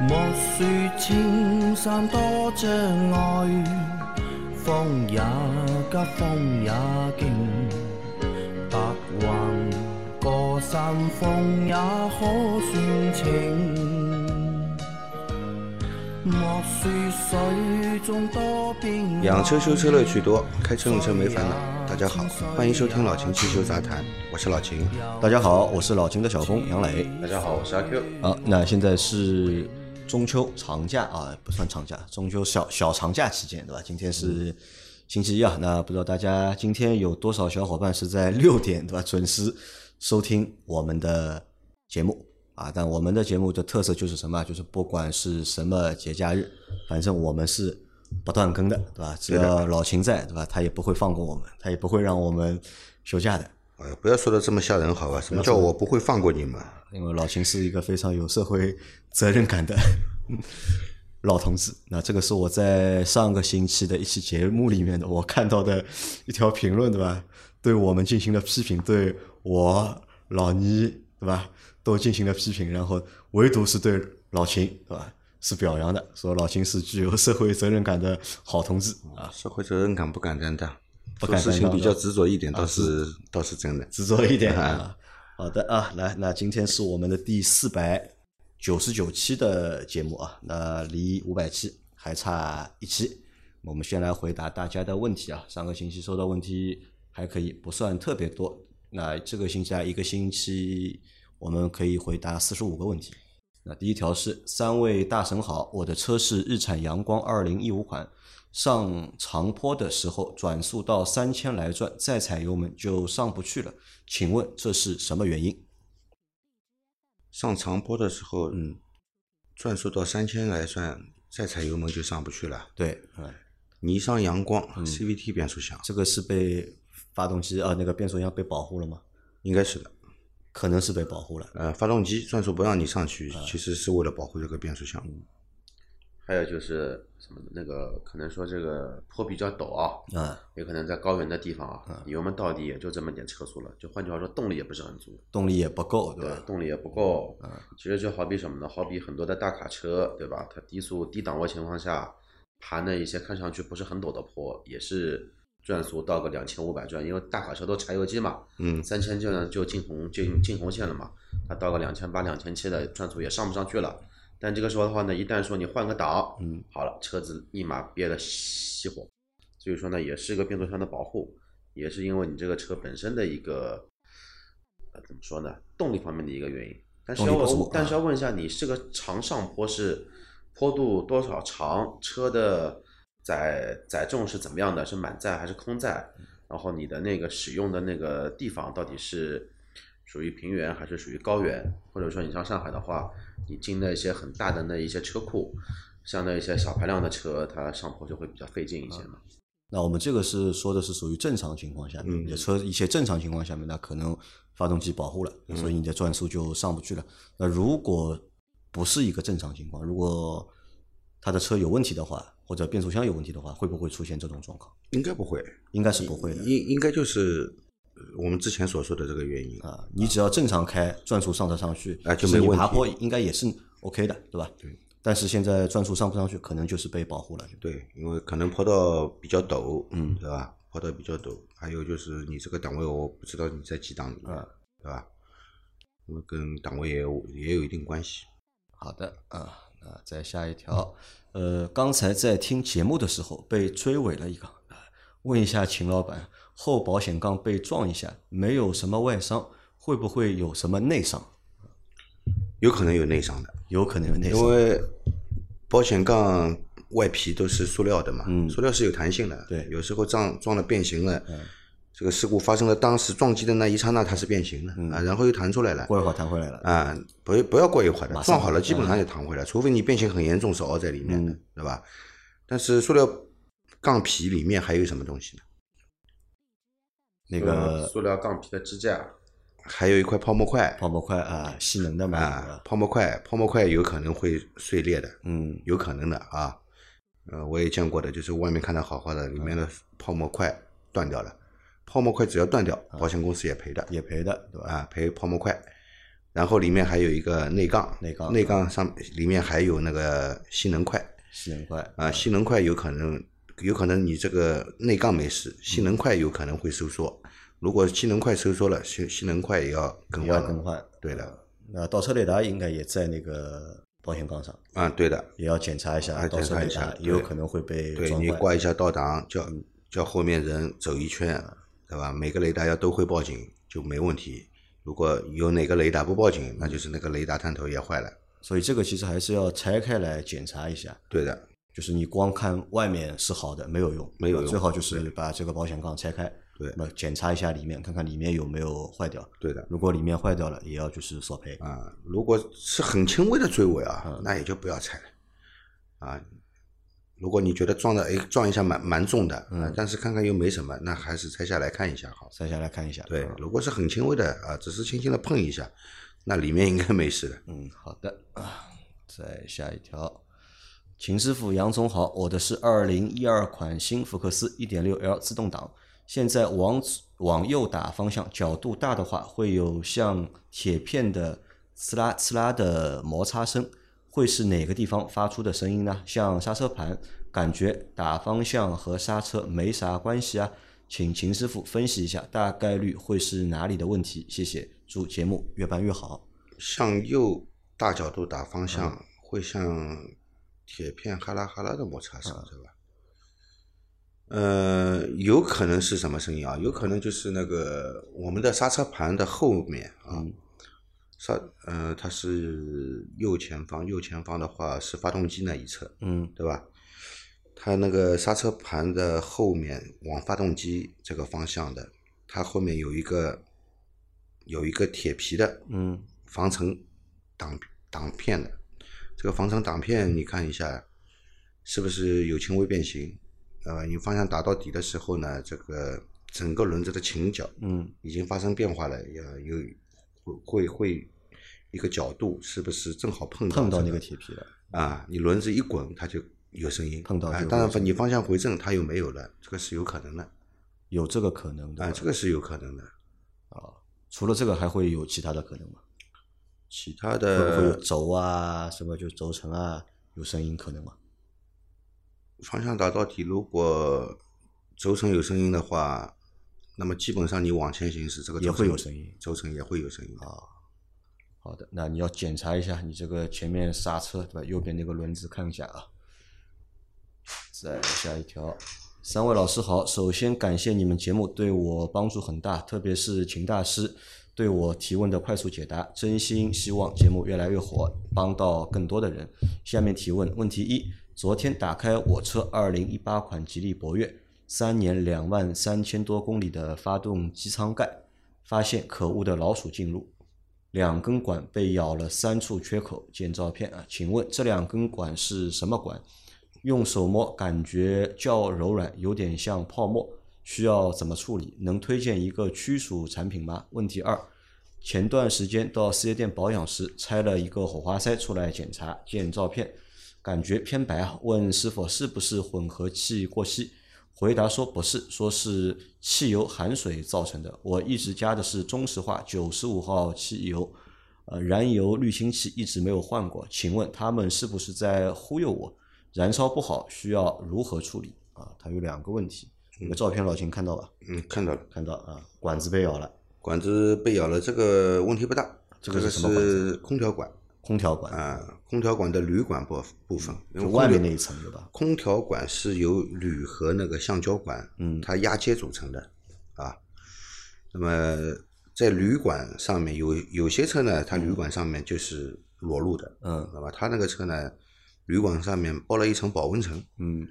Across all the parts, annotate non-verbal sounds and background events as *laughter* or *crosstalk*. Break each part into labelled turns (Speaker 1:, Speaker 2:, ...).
Speaker 1: 莫说青山多障礙，風也急，風也勁，白雲過山峰也可算情。莫說水中多變，
Speaker 2: 养车修车乐趣多，开车用车没烦恼。大家好，欢迎收听老秦汽修杂谈，我是老秦。
Speaker 3: 大家好，我是老秦的小峰杨磊。
Speaker 2: 大家好，我是阿 Q。
Speaker 3: 啊，那现在是中秋长假啊，不算长假，中秋小小长假期间，对吧？今天是星期一啊，那不知道大家今天有多少小伙伴是在六点对吧准时收听我们的节目啊？但我们的节目的特色就是什么啊？就是不管是什么节假日，反正我们是不断更的，对吧？只要老秦在，对吧？他也不会放过我们，他也不会让我们休假的。
Speaker 2: 呃，不要说的这么吓人好吧？什么叫我不会放过你们？
Speaker 3: 因为老秦是一个非常有社会责任感的老同志。那这个是我在上个星期的一期节目里面的我看到的一条评论，对吧？对我们进行了批评，对我老倪，对吧？都进行了批评，然后唯独是对老秦，对吧？是表扬的，说老秦是具有社会责任感的好同志啊，
Speaker 2: 社会责任感不敢担当，
Speaker 3: 不
Speaker 2: 做
Speaker 3: 敢
Speaker 2: 事
Speaker 3: 担
Speaker 2: 情
Speaker 3: 当
Speaker 2: 比较执着一点，倒是倒是真的。
Speaker 3: 执着一点啊。好的啊，来，那今天是我们的第四百九十九期的节目啊，那离五百期还差一期。我们先来回答大家的问题啊，上个星期收到问题还可以，不算特别多。那这个星期啊，一个星期我们可以回答四十五个问题。那第一条是三位大神好，我的车是日产阳光二零一五款，上长坡的时候转速到三千来转，再踩油门就上不去了，请问这是什么原因？
Speaker 2: 上长坡的时候，嗯，转速到三千来转，再踩油门就上不去了。
Speaker 3: 对，嗯，
Speaker 2: 尼桑阳光 CVT 变速箱
Speaker 3: 这个是被发动机啊那个变速箱被保护了吗？
Speaker 2: 应该是的。
Speaker 3: 可能是被保护了。
Speaker 2: 呃，发动机转速不让你上去，其实是为了保护这个变速箱。
Speaker 4: 还有就是什么那个，可能说这个坡比较陡啊，
Speaker 3: 啊，
Speaker 4: 也可能在高原的地方啊，油门到底也就这么点车速了，就换句话说，动力也不是很足，
Speaker 3: 动力也不够，对吧？
Speaker 4: 动力也不够。其实就好比什么呢？好比很多的大卡车，对吧？它低速低档位情况下，盘的一些看上去不是很陡的坡，也是转速到个两千五百转，因为大卡车都柴油机嘛，
Speaker 2: 嗯，
Speaker 4: 三千就能就进红进进红线了嘛，它到个两千八、两千七的转速也上不上去了。但这个时候的话呢，一旦说你换个档，嗯，好了，车子立马憋得熄火，所以说呢，也是一个变速箱的保护，也是因为你这个车本身的一个，呃，怎么说呢，动力方面的一个原因。但是
Speaker 3: 动
Speaker 4: 要
Speaker 3: 力不足
Speaker 4: 问
Speaker 3: 啊，
Speaker 4: 但是要问一下，你这个长上坡是坡度多少长？车的载载重是怎么样的？是满载还是空载？然后你的那个使用的那个地方到底是属于平原还是属于高原？或者说你像上海的话，你进那些很大的那一些车库，像那一些小排量的车，它上坡就会比较费劲一些嘛。
Speaker 3: 那我们这个是说的是属于正常情况下面，
Speaker 2: 嗯
Speaker 3: 也车一些正常情况下面，那可能发动机保护了，
Speaker 2: 嗯
Speaker 3: 所以你的转速就上不去了。那如果不是一个正常情况，如果他的车有问题的话，或者变速箱有问题的话，会不会出现这种状况？
Speaker 2: 应该不会，
Speaker 3: 应该是不会的
Speaker 2: 应应该就是呃我们之前所说的这个原因。
Speaker 3: 啊。你只要正常开，转速上得上去，
Speaker 2: 啊就
Speaker 3: 其实
Speaker 2: 没
Speaker 3: 你
Speaker 2: 问
Speaker 3: 爬
Speaker 2: 题
Speaker 3: 坡应该也是 OK 的，对吧？对。但是现在转速上不上去，可能就是被保护了。
Speaker 2: 对，因为可能坡道比较陡，嗯，对吧？坡道比较陡，还有就是你这个档位，我不知道你在几档里面，对吧？因为跟档位也有也有一定关系。
Speaker 3: 好的啊，那再下一条，呃，刚才在听节目的时候被追尾了一个，啊问一下秦老板，后保险杠被撞一下，没有什么外伤，会不会有什么内伤？
Speaker 2: 有可能有内伤的，
Speaker 3: 有可能有内
Speaker 2: 因
Speaker 3: 伤，
Speaker 2: 为保险杠外皮都是塑料的嘛，
Speaker 3: 嗯
Speaker 2: 塑料是有弹性的，
Speaker 3: 对
Speaker 2: 有时候撞撞了变形了，这个事故发生了，当时撞击的那一刹那它是变形的、啊，然后又弹出来了，
Speaker 3: 过一会儿弹回来了。
Speaker 2: 啊、不不要过一会儿的
Speaker 3: 马，上嗯
Speaker 2: 撞好了基本上就弹回来，除非你变形很严重是凹在里面的，对吧？但是塑料杠皮里面还有什么东西呢？
Speaker 3: 那
Speaker 4: 呃，
Speaker 3: 个嗯
Speaker 4: 塑料杠皮的支架，
Speaker 2: 还有一块泡沫块
Speaker 3: 泡沫块啊，吸能的嘛，
Speaker 2: 啊，泡沫块，泡沫块有可能会碎裂的，
Speaker 3: 嗯，
Speaker 2: 有可能的啊。呃，我也见过的，就是外面看的好好的，里面的泡沫块断
Speaker 3: 啊
Speaker 2: 掉了，泡沫块只要断掉，保险公司也赔的
Speaker 3: 也赔的，对吧？
Speaker 2: 啊，赔泡沫块。然后里面还有一个内杠，
Speaker 3: 内杠
Speaker 2: 内杠上里面还有那个吸能块
Speaker 3: 吸能块
Speaker 2: 啊，吸能块有可能有可能你这个内杠没事，吸能块有可能会收缩。如果吸能块收缩了，吸吸能块也要更
Speaker 3: 也
Speaker 2: 换
Speaker 3: 要
Speaker 2: 了。
Speaker 3: 更换。
Speaker 2: 对的，
Speaker 3: 那倒车雷达应该也在那个保险杠上，
Speaker 2: 啊，对的，
Speaker 3: 也要检查一下
Speaker 2: 啊
Speaker 3: 倒车
Speaker 2: 检查
Speaker 3: 雷
Speaker 2: 一下
Speaker 3: 达，
Speaker 2: 对
Speaker 3: 也有可能会被
Speaker 2: 对
Speaker 3: 撞
Speaker 2: 你
Speaker 3: 坏。
Speaker 2: 挂一下倒档，叫叫后面人走一圈，对吧？每个雷达要都会报警就没问题。如果有哪个雷达不报警，那就是那个雷达探头也坏了。
Speaker 3: 所以这个其实还是要拆开来检查一下。
Speaker 2: 对的，
Speaker 3: 就是你光看外面是好的没有用，
Speaker 2: 没有用
Speaker 3: 最好就是把这个保险杠拆开，
Speaker 2: 对
Speaker 3: 那么检查一下里面，看看里面有没有坏掉。
Speaker 2: 对的。
Speaker 3: 如果里面坏掉了，也要就是索赔。
Speaker 2: 啊，如果是很轻微的追尾啊，那也就不要踩了。啊，如果你觉得撞的哎撞一下蛮蛮重的，啊但是看看又没什么，那还是拆下来看一下好。
Speaker 3: 拆下来看一下。
Speaker 2: 对
Speaker 3: 嗯，
Speaker 2: 如果是很轻微的啊，只是轻轻的碰一下，那里面应该没事的。
Speaker 3: 嗯，好的啊，再下一条。秦师傅，杨总好，我的是二零一二款新福克斯一点六 L 自动挡，现在往往右打方向，角度大的话会有像铁片的呲啦呲啦的摩擦声，会是哪个地方发出的声音呢？像刹车盘，感觉打方向和刹车没啥关系啊，请秦师傅分析一下，大概率会是哪里的问题？谢谢，祝节目越办越好。
Speaker 2: 向右大角度打方向，会像铁片哈拉哈拉的摩擦声，是吧？呃，有可能是什么声音啊？有可能就是那个我们的刹车盘的后面啊，刹、呃，它是右前方，右前方的话是发动机那一侧，
Speaker 3: 嗯。
Speaker 2: 对吧？它那个刹车盘的后面往发动机这个方向的，它后面有一个有一个铁皮的，
Speaker 3: 嗯
Speaker 2: 防尘挡挡片的。这个防尘挡片，你看一下，是不是有轻微变形？呃，你方向打到底的时候呢，这个整个轮子的倾角
Speaker 3: 嗯
Speaker 2: 已经发生变化了，也有会会会一个角度，是不是正好碰到、
Speaker 3: 碰到那个铁皮了，
Speaker 2: 啊？你轮子一滚，它就有声音。
Speaker 3: 碰到
Speaker 2: 啊
Speaker 3: 就，有
Speaker 2: 当
Speaker 3: 声
Speaker 2: 然
Speaker 3: 音
Speaker 2: 你方向回正，它又没有了，这个是有可能的
Speaker 3: 有这个可能的
Speaker 2: 啊，这个是有可能的。
Speaker 3: 除了这个还会有其他的可能吗？
Speaker 2: 其他
Speaker 3: 会不会有
Speaker 2: 的
Speaker 3: 轴啊，什么就轴承啊，有声音可能吗？
Speaker 2: 方向打到底，如果轴承有声音的话，那么基本上你往前行驶，这个轴
Speaker 3: 也
Speaker 2: 承
Speaker 3: 会有声音，啊
Speaker 2: 轴承也会有声音的
Speaker 3: 好的，那你要检查一下你这个前面刹车对吧？右边那个轮子看一下啊。再下一条，三位老师好，首先感谢你们节目对我帮助很大，特别是秦大师对我提问的快速解答，真心希望节目越来越火，帮到更多的人。下面提问问题一：昨天打开我车二零一八款吉利博越，三年两万三千多公里的发动机舱盖，发现可恶的老鼠进入，两根管被咬了三处缺口，见照片啊。请问这两根管是什么管？用手摸感觉较柔软，有点像泡沫，需要怎么处理？能推荐一个驱鼠产品吗？问题二，前段时间到四 S 店保养时拆了一个火花塞出来检查，见照片，感觉偏白啊。问师傅是不是混合气过稀？回答说不是，说是汽油含水造成的。我一直加的是中石化九十五号汽油，呃，燃油滤清器一直没有换过。请问他们是不是在忽悠我？燃烧不好需要如何处理啊？它有两个问题，那个照片老秦看到吧？
Speaker 2: 嗯，看到了，
Speaker 3: 看到啊，管子被咬了，
Speaker 2: 管子被咬了，这个问题不大。这
Speaker 3: 这个
Speaker 2: 个
Speaker 3: 是什么管子
Speaker 2: 是空调管
Speaker 3: 空调管，
Speaker 2: 啊，空调管的铝管部部分，因为
Speaker 3: 嗯就
Speaker 2: 空
Speaker 3: 外面
Speaker 2: 调
Speaker 3: 那一层对吧？
Speaker 2: 空调管是由铝和那个橡胶管，
Speaker 3: 嗯
Speaker 2: 它压接组成的啊。那么在铝管上面有有些车呢，它铝管上面就是裸露的，
Speaker 3: 嗯
Speaker 2: 那么它那个车呢，铝管上面包了一层保温层
Speaker 3: 嗯，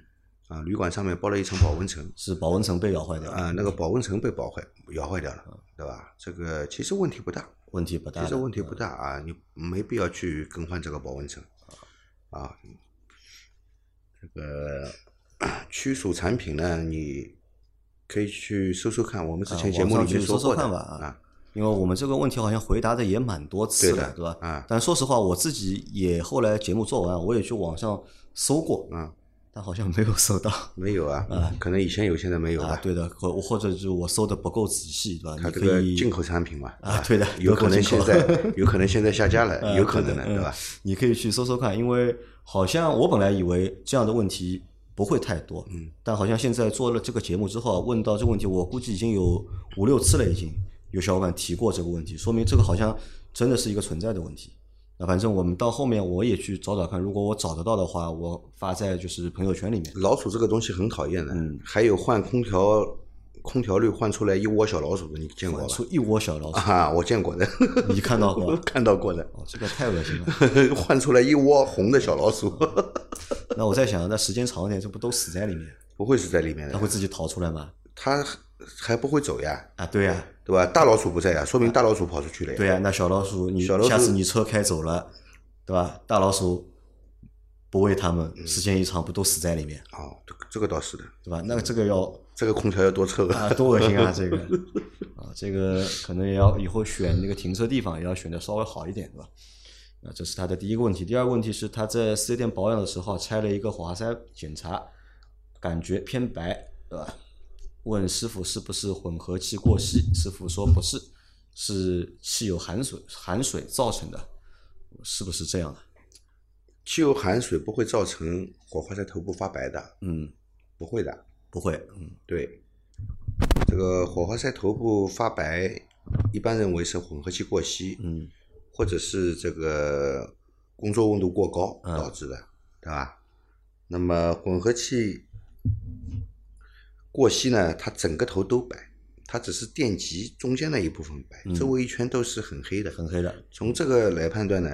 Speaker 2: 啊，铝管上面包了一层保温层
Speaker 3: 是保温层被咬坏掉，
Speaker 2: 啊，那个保温层被保坏咬坏掉了，对吧？这个其实问题不大，
Speaker 3: 问题不大
Speaker 2: 其
Speaker 3: 的。
Speaker 2: 实问题不
Speaker 3: 嗯
Speaker 2: 大啊，你没必要去更换这个保温层啊。这个 *coughs* 驱鼠产品呢，你可以去搜搜看，我们之前
Speaker 3: 啊
Speaker 2: 节目
Speaker 3: 网
Speaker 2: 里
Speaker 3: 上去
Speaker 2: 面
Speaker 3: 搜
Speaker 2: 说
Speaker 3: 搜
Speaker 2: 过的
Speaker 3: 看吧
Speaker 2: 啊。
Speaker 3: 因为我们这个问题好像回答的也蛮多次
Speaker 2: 对
Speaker 3: 了，
Speaker 2: 的
Speaker 3: 对吧？
Speaker 2: 啊
Speaker 3: 但说实话，我自己也后来节目做完，我也去网上搜过，
Speaker 2: 嗯，
Speaker 3: 但好像没有
Speaker 2: *laughs*
Speaker 3: 搜到。
Speaker 2: 没有啊，可能以前有，现在没有
Speaker 3: 啊，
Speaker 2: 吧。
Speaker 3: 对的，或或者就是我搜的不够仔细，对吧？
Speaker 2: 它
Speaker 3: 你
Speaker 2: 这
Speaker 3: 可
Speaker 2: 个
Speaker 3: 以
Speaker 2: 进口产品嘛，
Speaker 3: 啊，
Speaker 2: 对吧
Speaker 3: 对的，
Speaker 2: *laughs* 有可能
Speaker 3: 进
Speaker 2: 现
Speaker 3: 口
Speaker 2: 在有可能现在下架了，
Speaker 3: 呃
Speaker 2: 有可能
Speaker 3: 的
Speaker 2: 的，，对
Speaker 3: *laughs* 嗯
Speaker 2: 吧？
Speaker 3: 你可以去搜搜看，因为好像我本来以为这样的问题不会太多，
Speaker 2: 嗯，
Speaker 3: 但好像现在做了这个节目之后啊，问到这个问题，我估计已经有五六次了，已经有小伙伴提过这个问题，说明这个好像真的是一个存在的问题。那反正我们到后面我也去找找看，如果我找得到的话，我发在就是朋友圈里面。
Speaker 2: 老鼠这个东西很讨厌的
Speaker 3: 嗯，
Speaker 2: 还有换空调空调滤换出来一窝小老鼠的，你见过吧？
Speaker 3: 出一窝小老鼠，
Speaker 2: *laughs* 啊，我见过的，？
Speaker 3: 你看到过
Speaker 2: *laughs* 看到过的，
Speaker 3: 哦，这个太恶心了。
Speaker 2: 换出来一窝红的小老鼠，
Speaker 3: 那我在想，那时间长一点，这不都死在里面？
Speaker 2: 不会是在里面
Speaker 3: 那
Speaker 2: 的
Speaker 3: 会，自己逃出来吗？
Speaker 2: 它还不会走呀，
Speaker 3: 啊，对呀、
Speaker 2: 对吧？大老鼠不在呀，说明大老鼠跑出去了呀。
Speaker 3: 嗯对呀、那小老鼠，你
Speaker 2: 小老鼠
Speaker 3: 下次你车开走了，对吧？大老鼠不喂它们，
Speaker 2: 嗯
Speaker 3: 时间一长不都死在里面，
Speaker 2: 哦，这个这个倒是的，
Speaker 3: 对吧？那个这个要
Speaker 2: 这个空调要多测个。 *laughs*
Speaker 3: 啊，多恶心啊！这个啊，这个可能也要以后选那个停车地方也要选的稍微好一点，对吧？啊，这是他的第一个问题。第二个问题是他在四 S 店保养的时候拆了一个火花塞检查，感觉偏白，对吧？问师傅是不是混合气过稀，师傅说不是，是汽油含水含水造成的，是不是这样的？
Speaker 2: 汽油含水不会造成火花塞头部发白的，
Speaker 3: 嗯，
Speaker 2: 不会的。
Speaker 3: 不会，嗯，
Speaker 2: 对，这个火花塞头部发白，一般认为是混合气过稀，
Speaker 3: 嗯，
Speaker 2: 或者是这个工作温度过高
Speaker 3: 嗯
Speaker 2: 导致的，对吧？那么混合气过稀呢，它整个头都白，它只是电极中间那一部分白，
Speaker 3: 嗯
Speaker 2: 周围一圈都是很黑的。
Speaker 3: 很黑的，
Speaker 2: 从这个来判断呢，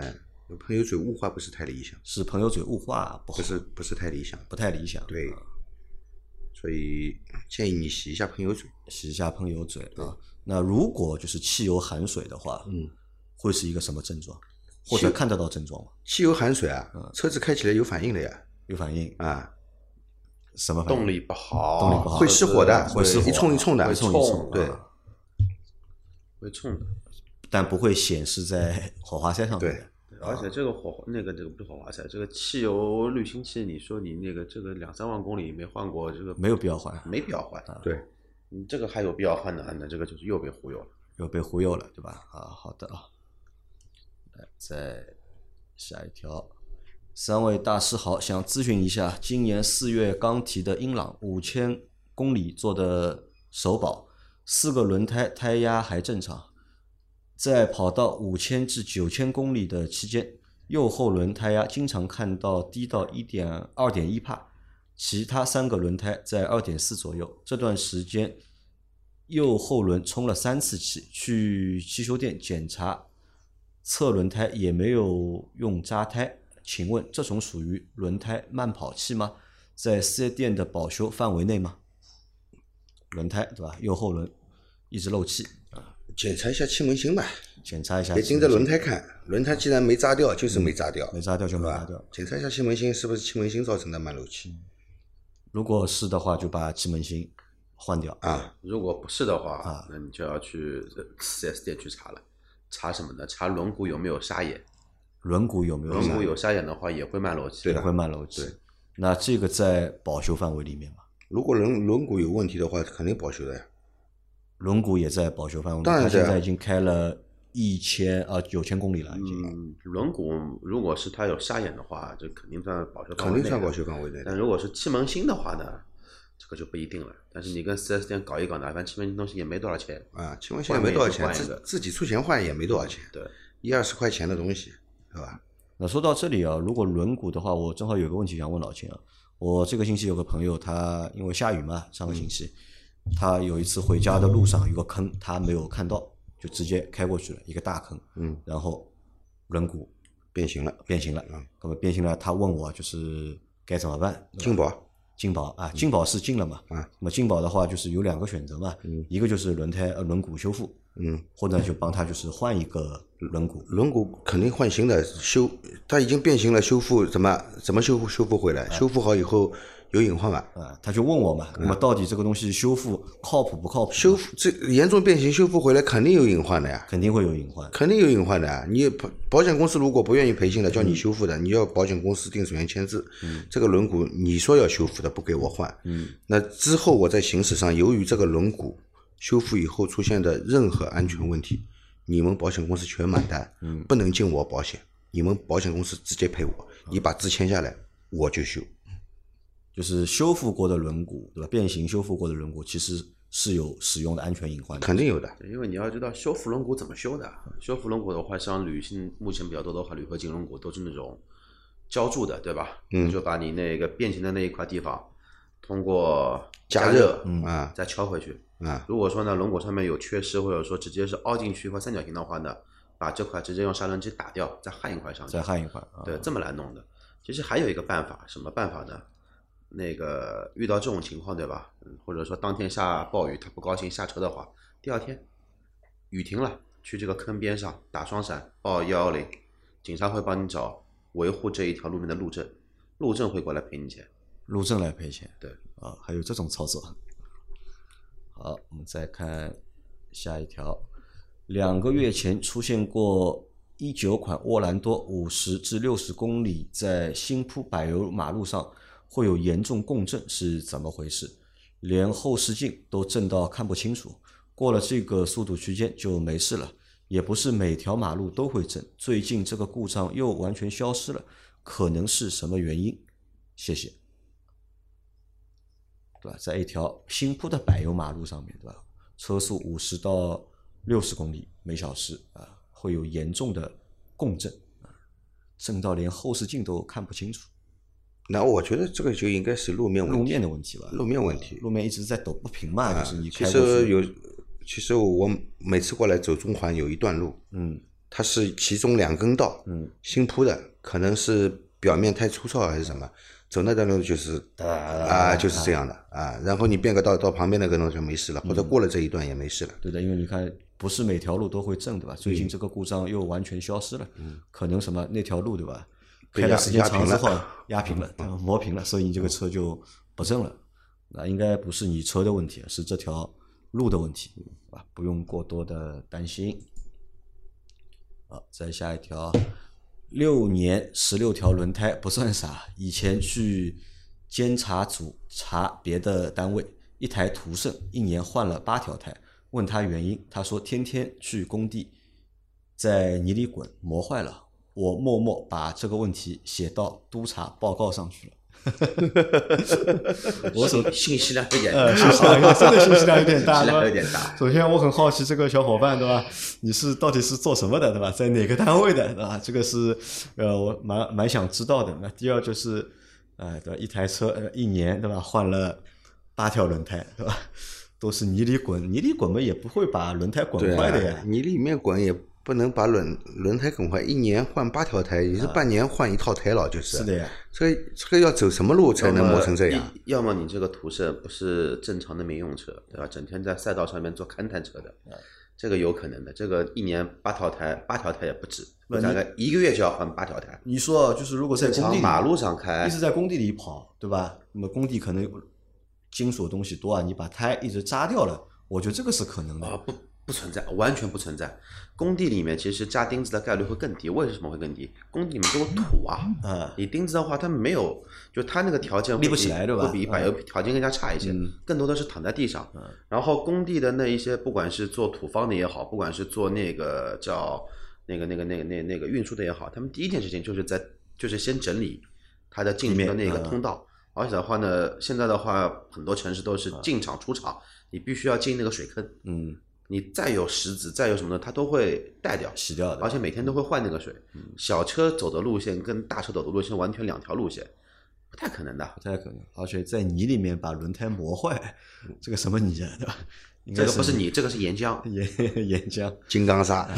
Speaker 2: 有朋友嘴雾化不是太理想，
Speaker 3: 是朋友嘴雾化不好
Speaker 2: 不，是不是太理想，
Speaker 3: 不太理想，
Speaker 2: 对，所以建议你洗一下朋友嘴。
Speaker 3: 洗一下喷油嘴啊。那如果就是汽油含水的话，
Speaker 2: 嗯，
Speaker 3: 会是一个什么症状？或者看得到症状吗？
Speaker 2: 汽油含水啊，车子开起来有反应的呀，
Speaker 3: 有反应？
Speaker 2: 啊，
Speaker 3: 什么反应？
Speaker 4: 动力不好，
Speaker 3: 动力不好
Speaker 2: 会失火的，
Speaker 3: 会失火
Speaker 2: 一冲一冲的，
Speaker 4: 会冲一冲
Speaker 2: 对
Speaker 4: 啊会冲的。
Speaker 3: 但不会显示在 *laughs* 火花塞上面的。
Speaker 4: 而且这个火那个这个不是火花塞，这个汽油滤清器，你说你那个这个两三万公里没换过，这个
Speaker 3: 没有必要换啊
Speaker 4: 没必要换。
Speaker 2: 对，
Speaker 4: 你这个还有必要换的，那这个就是又被忽悠了。
Speaker 3: 又被忽悠了，对吧？啊，好的啊，来再下一条。三位大师好，想咨询一下，今年四月刚提的英朗五千公里做的首保，四个轮胎胎压还正常，在跑到五千至九千公里的期间，右后轮胎压经常看到低到一点二点一帕，其他三个轮胎在二点四左右。这段时间右后轮充了三次气，去汽修店检查，侧轮胎也没有用扎胎。请问这种属于轮胎慢跑器吗？在四 S 店的保修范围内吗？轮胎对吧？右后轮一直漏气，
Speaker 2: 检查一下气门芯吧，
Speaker 3: 检查一下。
Speaker 2: 别盯着轮胎看，轮胎既然没扎掉，就是没扎掉，
Speaker 3: 没扎掉就
Speaker 2: 对
Speaker 3: 没
Speaker 2: 吧
Speaker 3: 扎掉。
Speaker 2: 检查一下气门芯是不是气门芯造成的慢漏气
Speaker 3: 如果是的话，就把气门芯换掉。
Speaker 2: 啊？
Speaker 4: 如果不是的话，
Speaker 3: 啊
Speaker 4: 那你就要去四 S 店去查了。查什么呢？查轮毂有没有沙眼。
Speaker 3: 轮毂有没有
Speaker 4: 轮毂
Speaker 3: 有
Speaker 4: 有沙眼的话，也会慢漏气。
Speaker 3: 也会慢漏气
Speaker 2: 对。
Speaker 3: 那这个在保修范围里面嘛？
Speaker 2: 如果轮轮毂有问题的话，肯定保修的呀。
Speaker 3: 轮毂也在保修范围内，
Speaker 2: 当然
Speaker 3: 它
Speaker 2: 是啊
Speaker 3: 现在已经开了一千啊九千公里了，已经。
Speaker 4: 嗯，轮毂如果是它有沙眼的话，这肯定算保修范
Speaker 2: 肯
Speaker 4: 围内
Speaker 2: 定算
Speaker 4: 的
Speaker 2: 保修范围内
Speaker 4: 但
Speaker 2: 的，
Speaker 4: 如果是气门芯的话呢，这个就不一定了。但是你跟四 S 店搞一搞呢，反正气门芯东西也没多少钱。
Speaker 2: 啊，气门芯也没多少钱，
Speaker 4: 换一个
Speaker 2: 自自己出钱换也没多少钱，
Speaker 4: 对，
Speaker 2: 一二十块钱的东西，对吧？
Speaker 3: 那说到这里啊，如果轮毂的话，我正好有个问题想问老秦啊。我这个星期有个朋友，他因为下雨嘛，上
Speaker 2: 嗯
Speaker 3: 个星期，他有一次回家的路上有个坑，他没有看到，就直接开过去了，一个大坑，
Speaker 2: 嗯，
Speaker 3: 然后轮毂
Speaker 2: 变形了，
Speaker 3: 变形了。
Speaker 2: 嗯，
Speaker 3: 那么变形了，他问我就是该怎么办？
Speaker 2: 金宝
Speaker 3: 进宝啊，进宝是进了嘛？
Speaker 2: 嗯
Speaker 3: 那么进宝的话就是有两个选择嘛，
Speaker 2: 嗯
Speaker 3: 一个就是轮胎呃轮毂修复，
Speaker 2: 嗯，
Speaker 3: 或者就帮他就是换一个轮毂，
Speaker 2: 轮毂肯定换新的，修它已经变形了，修复怎么怎么修复修复回来？修复好以后，有隐患吧？
Speaker 3: 啊，他就问我嘛，那么到底这个东西修复靠谱不靠谱？
Speaker 2: 嗯修复这严重变形修复回来肯定有隐患的呀，
Speaker 3: 肯定会有隐患。
Speaker 2: 肯定有隐患的呀。你保保险公司如果不愿意赔信的，叫你修复的，
Speaker 3: 嗯
Speaker 2: 你要保险公司定损员签字。这个轮毂你说要修复的，不给我换。
Speaker 3: 嗯
Speaker 2: 那之后我在行驶上，由于这个轮毂修复以后出现的任何安全问
Speaker 3: 嗯
Speaker 2: 题，你们保险公司全买单，不能进我保险，你们保险公司直接赔我，
Speaker 3: 嗯
Speaker 2: 你把字签下来，我就修。
Speaker 3: 就是修复过的轮毂，对吧？变形修复过的轮毂其实是有使用的安全隐患的。
Speaker 2: 肯定有的，
Speaker 4: 因为你要知道修复轮毂怎么修的。修复轮毂的话，像铝现目前比较多的话，铝合金轮毂都是那种浇铸的，对吧？
Speaker 2: 嗯
Speaker 4: 就把你那个变形的那一块地方通过
Speaker 2: 加
Speaker 4: 热
Speaker 2: 热，
Speaker 3: 嗯
Speaker 2: 啊
Speaker 4: 再敲回去。
Speaker 2: 啊，
Speaker 4: 如果说呢轮毂上面有缺失，或者说直接是凹进去一块三角形的话呢，把这块直接用砂轮机打掉，再焊一块上去
Speaker 3: 再。焊一块啊，
Speaker 4: 对，这么来弄的。其实还有一个办法，什么办法呢？那个遇到这种情况，对吧？嗯或者说当天下暴雨，他不高兴下车的话，第二天雨停了，去这个坑边上打双闪，报幺幺零，警察会帮你找维护这一条路面的路政，路政会过来赔你钱。
Speaker 3: 路政来赔钱。
Speaker 4: 对
Speaker 3: 啊，还有这种操作。好，我们再看下一条，两个月前出现过一九款沃兰多五十至六十公里在新铺柏油马路上会有严重共振，是怎么回事？连后视镜都震到看不清楚，过了这个速度区间就没事了。也不是每条马路都会震，最近这个故障又完全消失了，可能是什么原因？谢谢。对吧？在一条新铺的柏油马路上面，对吧？车速五十到六十公里每小时啊，会有严重的共振啊，震到连后视镜都看不清楚，
Speaker 2: 那我觉得这个就应该是路面问题。
Speaker 3: 路面的问题吧？
Speaker 2: 路面问题啊
Speaker 3: 路面一直在抖不平嘛，就是你
Speaker 2: 其
Speaker 3: 开过去
Speaker 2: 实有，其实我每次过来走中环有一段路，
Speaker 3: 嗯
Speaker 2: 它是其中两根道，
Speaker 3: 嗯，
Speaker 2: 新铺的，可能是表面太粗糙还是什么，走那段路就是
Speaker 3: 哒哒哒哒
Speaker 2: 啊，就是这样的啊。然后你变个道到旁边那个路就没事了，或者
Speaker 3: 嗯
Speaker 2: 过了这一段也没事了。
Speaker 3: 对的，因为你看不是每条路都会震，对吧？
Speaker 2: 嗯
Speaker 3: 最近这个故障又完全消失了，可能什么那条路对吧？
Speaker 2: 被
Speaker 3: 开的
Speaker 2: 压
Speaker 3: 时间
Speaker 2: 压
Speaker 3: 长
Speaker 2: 平
Speaker 3: 之
Speaker 2: 了 *laughs* 嗯
Speaker 3: 后压平了，对吧磨平了，所以你这个车就不震了。那应该不是你车的问题，是这条路的问题，对吧？不用过多的担心。好，再下一条，六年十六条轮胎不算啥。以前去监察组查别的单位，一台途胜一年换了八条胎，问他原因，他说天天去工地在泥里滚，磨坏了。我默默把这个问题写到督察报告上去了。我手
Speaker 4: 信信息量有点
Speaker 3: 呃，信息量有点真的信息量有点大，
Speaker 4: 信息
Speaker 3: 对吧
Speaker 4: 量有点大
Speaker 3: 首先，我很好奇这个小伙伴，对吧？你是到底是做什么的，对吧？在哪个单位的，对吧？这个是呃，我蛮蛮想知道的。那第二就是，呃，对吧？一台车呃一年，对吧？换了八条轮胎，对吧？都是泥里滚，泥里滚嘛，也不会把轮胎滚
Speaker 2: 对
Speaker 3: 坏的
Speaker 2: 啊
Speaker 3: 呀，。
Speaker 2: 你里面滚也不能把轮轮胎滚坏，一年换八条胎，也是半年换一套胎了，就是。
Speaker 3: 啊是的。呀，
Speaker 2: 这个这个要走什么路才能磨成这
Speaker 4: 要
Speaker 2: 样
Speaker 4: 么？一要么你这个途胜不是正常的民用车，对吧？整天在赛道上面做勘探车的，
Speaker 2: 嗯
Speaker 4: 这个有可能的。这个一年八条胎，八条胎也不止，
Speaker 3: 不
Speaker 4: 我大概一个月就要换八条胎。
Speaker 3: 你说就是如果在工地
Speaker 4: 从
Speaker 3: 里
Speaker 4: 马路上开
Speaker 3: 一直，在工地里跑，对吧？那么工地可能有金属的东西多啊，你把胎一直扎掉了，我觉得这个是可能的。
Speaker 4: 啊，不不存在，完全不存在。工地里面其实加钉子的概率会更低，为什么会更低？工地里面都有土啊，
Speaker 3: 啊，
Speaker 4: 你钉子的话，它没有，就它那个条件会
Speaker 3: 立不起来对吧
Speaker 4: 会比柏油条件更加差一些，
Speaker 3: 嗯
Speaker 4: 更多的是躺在地上。然后工地的那一些，不管是做土方的也好，不管是做那个叫那个那个那个那那个运输的也好，他们第一件事情就是在就是先整理它的进出的那个
Speaker 3: 嗯
Speaker 4: 通道。而且的话呢，现在的话，很多城市都是进厂出厂，你必须要进那个水坑，
Speaker 3: 嗯，
Speaker 4: 你再有石子，再有什么的，它都会带掉。
Speaker 3: 洗掉的，
Speaker 4: 而且每天都会换那个水。
Speaker 3: 嗯
Speaker 4: 小车走的路线跟大车走的路线完全两条路线，不太可能的
Speaker 3: 不。太可能。而且在泥里面把轮胎磨坏，这个什么泥啊，对吧？应该
Speaker 4: 这个不是你，这个是岩浆。
Speaker 3: *laughs* 岩岩
Speaker 4: *laughs*
Speaker 3: 浆。
Speaker 2: 金刚砂，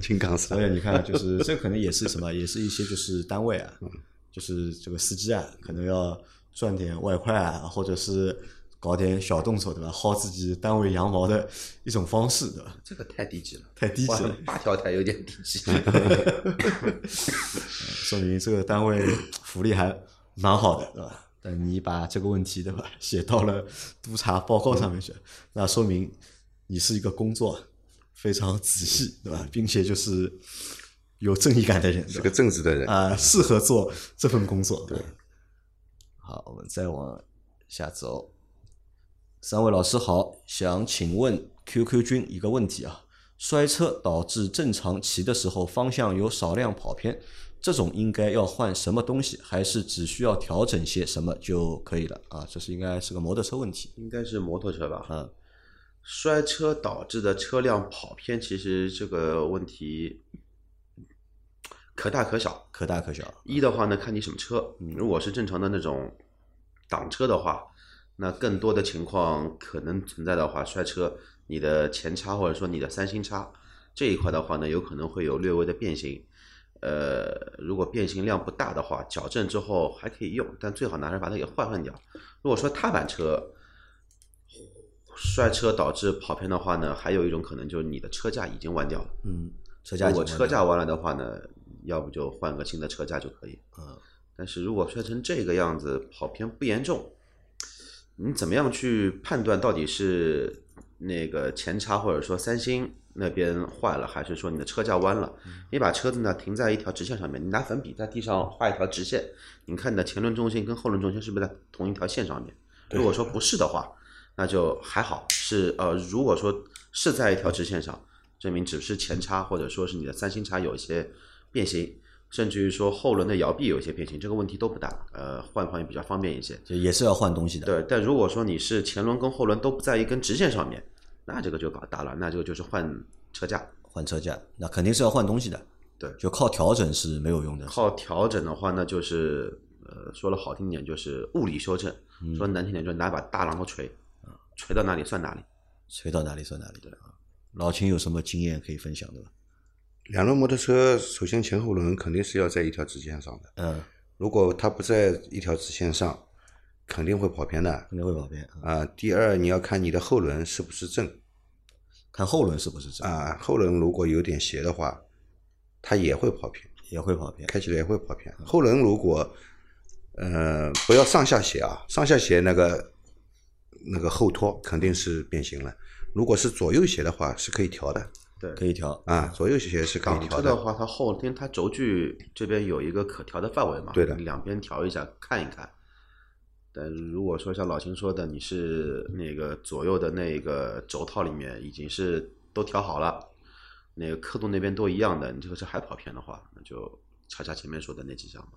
Speaker 2: 金刚砂
Speaker 3: 所。以你看，就是这可能也是什么，也是一些就是单位啊，
Speaker 4: 嗯
Speaker 3: 就是这个司机啊，可能要赚点外快啊，或者是搞点小动作，对吧？薅自己单位羊毛的一种方式，对吧？
Speaker 4: 这个太低级了，
Speaker 3: 太低级了
Speaker 4: 哇，八条胎有点低
Speaker 3: *laughs*
Speaker 4: 级。
Speaker 3: 说明这个单位福利还蛮好的，对吧？但你把这个问题对吧写到了督查报告上面去，那说明你是一个工作非常仔细对吧，并且就是有正义感的人，
Speaker 2: 是
Speaker 3: 对
Speaker 2: 个
Speaker 3: 吧？
Speaker 2: 正直的人。
Speaker 3: 啊、适合做这份工作。对，好，我们再往下走。三位老师好，想请问 QQ 君一个问题啊：摔车导致正常骑的时候方向有少量跑偏，这种应该要换什么东西，还是只需要调整些什么就可以了啊？这是应该是个摩托车问题。
Speaker 4: 应该是摩托车吧？
Speaker 3: 嗯，
Speaker 4: 摔车导致的车辆跑偏，其实这个问题可大可小。
Speaker 3: 可大可啊小，
Speaker 4: 一的话呢，看你什么车，嗯如果是正常的那种挡车的话，那更多的情况可能存在的话，摔车，你的前叉或者说你的三星叉这一块的话呢，有可能会有略微的变形。呃，如果变形量不大的话，矫正之后还可以用，但最好拿着把它给换换掉。如果说踏板车摔车导致跑偏的话呢，还有一种可能就是你的车架已经弯掉了。
Speaker 3: 嗯，车架已经
Speaker 4: 如果
Speaker 3: 弯
Speaker 4: 车
Speaker 3: 掉
Speaker 4: 架
Speaker 3: 了
Speaker 4: 完了的话呢，要不就换个新的车架就可以。
Speaker 3: 嗯，
Speaker 4: 但是如果摔成这个样子，跑偏不严重，你怎么样去判断到底是那个前叉或者说三星那边坏了，还是说你的车架弯了？
Speaker 3: 嗯
Speaker 4: 你把车子呢停在一条直线上面，你拿粉笔在地上画一条直线，你看你的前轮中心跟后轮中心是不是在同一条线上面？如果说不是的话，那就还好，是呃，如果说是在一条直线上，证明只是前叉或者说是你的三星叉有一些变形，甚至于说后轮的摇臂有一些变形，这个问题都不大，呃，换换也比较方便一些。
Speaker 3: 就也是要换东西的。
Speaker 4: 对，但如果说你是前轮跟后轮都不在一根直线上面，那这个就搞大了，那这个就是换车架。
Speaker 3: 换车架，那肯定是要换东西的。
Speaker 4: 对
Speaker 3: 就靠调整是没有用的。
Speaker 4: 靠调整的话呢，就是呃，说了好听点就是物理修正，说难听点就是拿把大榔头锤，锤到哪里算哪里。
Speaker 3: 吹到哪里算哪里啊。老秦有什么经验可以分享的吗？
Speaker 2: 两轮摩托车，首先前后轮肯定是要在一条直线上的，
Speaker 3: 嗯，
Speaker 2: 如果它不在一条直线上，肯定会跑偏的。啊、
Speaker 3: 肯定会跑偏啊。
Speaker 2: 第二你要看你的后轮是不是正
Speaker 3: 看后轮是不是这样，
Speaker 2: 啊、后轮如果有点斜的话，它也会跑偏，
Speaker 3: 也会跑偏。
Speaker 2: 开起来也会跑偏。后轮如果呃不要上下斜啊，上下斜那个那个后托肯定是变形了。如果是左右斜的话，是可以调的
Speaker 4: 对，
Speaker 3: 可以调，
Speaker 2: 啊，左右斜是可以
Speaker 4: 港
Speaker 2: 调
Speaker 4: 车的话，它后因为它轴距这边有一个可调的范围嘛，
Speaker 2: 对的
Speaker 4: 你两边调一下看一看。但如果说像老秦说的，你是
Speaker 2: 嗯
Speaker 4: 那个左右的那个轴套里面已经是都调好了，那个刻度那边都一样的，你这个车还跑偏的话，那就查查前面说的那几项吧。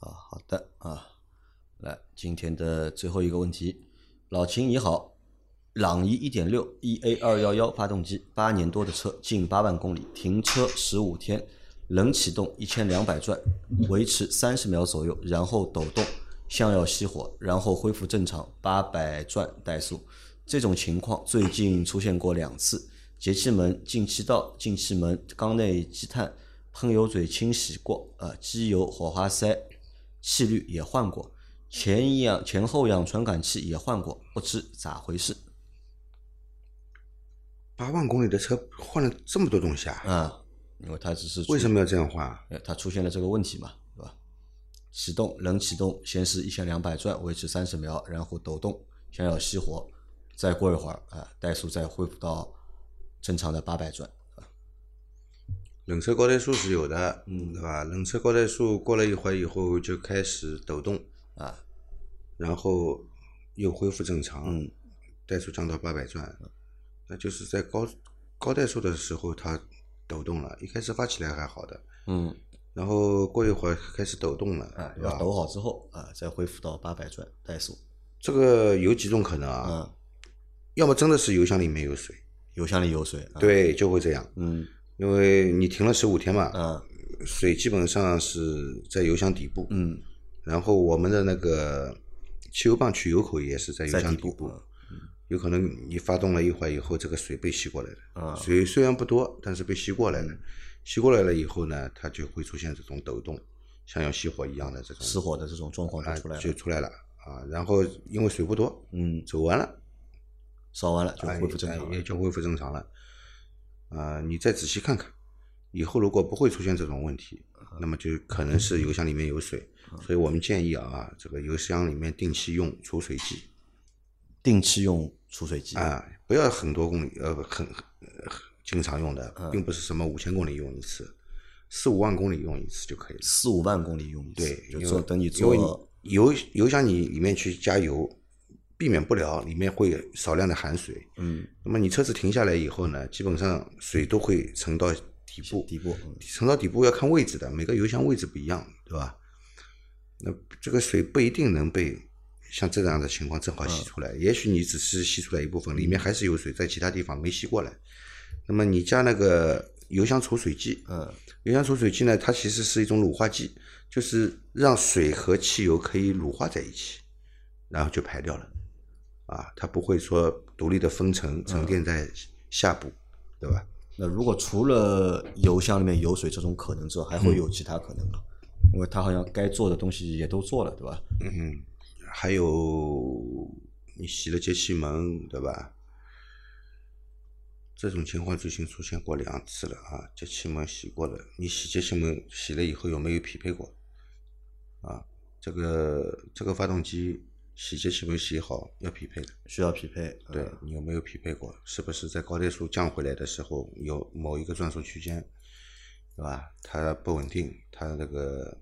Speaker 3: 啊，好的啊，来今天的最后一个问题，老秦你好，朗逸一点六 EA 二幺幺发动机，八年多的车，近八万公里，停车十五天，冷启动一千两百转，维持三十秒左右，然后抖动，像要熄火，然后恢复正常，八百转怠速，这种情况最近出现过两次，节气门、进气道、进气门缸内积碳、喷油嘴清洗过，呃，机油、火花塞、气滤也换过，前一氧、前后氧传感器也换过，不知咋回事
Speaker 2: 八万公里的车换了这么多东西啊，
Speaker 3: 啊？因为它只是出
Speaker 2: 为什么要这样换啊？
Speaker 3: 呃它出现了这个问题嘛，对吧？启动冷启动，先是一千两百转，维持三十秒，然后抖动，想要熄火，再过一会儿啊，怠速再恢复到正常的八百转。
Speaker 2: 冷车高怠速是有的，
Speaker 3: 嗯
Speaker 2: 对吧？冷车高怠速过了一会儿以后就开始抖动
Speaker 3: 啊，
Speaker 2: 然后又恢复正常，
Speaker 3: 嗯，
Speaker 2: 怠速降到八百转，那就是在高高怠速的时候它抖动了，一开始发起来还好的，
Speaker 3: 嗯，
Speaker 2: 然后过一会儿开始抖动了，
Speaker 3: 啊，
Speaker 2: 对
Speaker 3: 要
Speaker 2: 吧？
Speaker 3: 抖好之后啊，再恢复到八百转怠速。
Speaker 2: 这个有几种可能啊，
Speaker 3: 啊，
Speaker 2: 要么真的是油箱里面有水，
Speaker 3: 油箱里有水。啊，
Speaker 2: 对，就会这样，
Speaker 3: 嗯，
Speaker 2: 因为你停了十五天嘛，
Speaker 3: 啊，
Speaker 2: 水基本上是在油箱底部，
Speaker 3: 嗯，
Speaker 2: 然后我们的那个汽油泵取油口也是在油
Speaker 3: 在
Speaker 2: 箱
Speaker 3: 底
Speaker 2: 底
Speaker 3: 部啊嗯
Speaker 2: 部，有可能你发动了一会儿以后，这个水被吸过来了。
Speaker 3: 啊
Speaker 2: 水虽然不多，但是被吸过来了。吸过来了以后呢，它就会出现这种抖动，像要熄火一样的这种
Speaker 3: 失火的这种状况
Speaker 2: 啊
Speaker 3: 就出来
Speaker 2: 就
Speaker 3: 了。
Speaker 2: 出来了啊。然后因为水不多，
Speaker 3: 嗯，
Speaker 2: 走完了，
Speaker 3: 烧完了就
Speaker 2: 啊
Speaker 3: 恢复正常
Speaker 2: 也
Speaker 3: 了
Speaker 2: 也。就恢复正呃常了。啊，你再仔细看看，以后如果不会出现这种问题，那么就可能是油箱里面有水，
Speaker 3: 嗯
Speaker 2: 所以我们建议啊，这个油箱里面定期用除水剂
Speaker 3: 定期用除水机
Speaker 2: 啊，不要很多公里，呃，很很很经常用的，
Speaker 3: 嗯
Speaker 2: 并不是什么五千公里用一次，四五万公里用一次就可以了。
Speaker 3: 四五万公里用一次，
Speaker 2: 对，
Speaker 3: 就
Speaker 2: 因
Speaker 3: 做
Speaker 2: 为
Speaker 3: 等你
Speaker 2: 因为
Speaker 3: 做
Speaker 2: 你油油箱你里面去加油，避免不了里面会有少量的含水。
Speaker 3: 嗯
Speaker 2: 那么你车子停下来以后呢，基本上水都会沉到底部，
Speaker 3: 底部，嗯
Speaker 2: 沉到底部要看位置的，每个油箱位置不一样，对吧？那这个水不一定能被像这样的情况正好吸出来，也许你只是吸出来一部分，里面还是有水，在其他地方没吸过来。那么你加那个油箱除水剂，
Speaker 3: 嗯
Speaker 2: 油箱除水剂呢，它其实是一种乳化剂，就是让水和汽油可以乳化在一起，然后就排掉了。啊，它不会说独立的分层沉淀在下部，对吧？
Speaker 3: 那如果除了油箱里面有水这种可能之外，还
Speaker 2: 嗯
Speaker 3: 会有其他可能吗？因为他好像该做的东西也都做了，对吧？
Speaker 2: 嗯，还有你洗了节气门，对吧？这种情况最近出现过两次了啊！节气门洗过了，你洗节气门洗了以后有没有匹配过？啊，这个这个发动机洗节气门洗好要匹配的，
Speaker 3: 需要匹配。嗯
Speaker 2: 对你有没有匹配过？是不是在高低速降回来的时候有某一个转速区间，对吧？它不稳定，它那个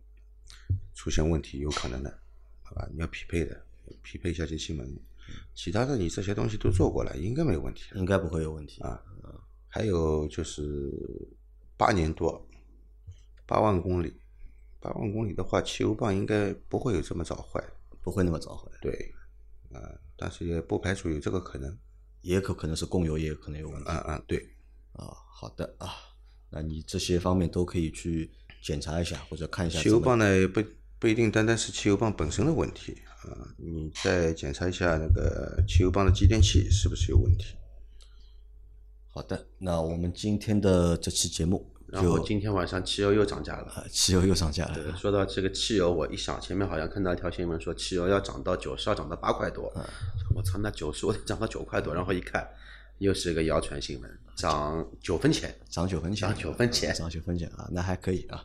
Speaker 2: 出现问题有可能的，好吧？你要匹配的，匹配一下节气门，其他的你这些东西都做过了，应该没问题了。
Speaker 3: 应该不会有问题
Speaker 2: 啊。还有就是八年多，八万公里，八万公里的话，汽油泵应该不会有这么早坏，
Speaker 3: 不会那么早回来，
Speaker 2: 对，呃，但是也不排除有这个可能。
Speaker 3: 也可可能是供油，也可能有问题
Speaker 2: 嗯
Speaker 3: 啊、
Speaker 2: 嗯，对，
Speaker 3: 好的啊，那你这些方面都可以去检查一下，或者看一下
Speaker 2: 汽
Speaker 3: 怎
Speaker 2: 油
Speaker 3: 么
Speaker 2: 泵呢，也不不一定单单是汽油泵本身的问题啊，你再检查一下那个汽油泵的继电器是不是有问题。
Speaker 3: 好的，那我们今天的这期节目
Speaker 4: 然后
Speaker 3: 就
Speaker 4: 今天晚上汽油又涨价了。
Speaker 3: 啊汽油又上架
Speaker 4: 对，
Speaker 3: 了，
Speaker 4: 说到这个汽油，我一想前面好像看到一条新闻说汽油要涨到九十，要涨到八块多。我操，那九十我得涨到九块多，然后一看，又是一个谣传新闻，涨九分钱。
Speaker 3: 涨九分钱，
Speaker 4: 涨九分钱
Speaker 3: 涨九分钱啊，那还可以啊。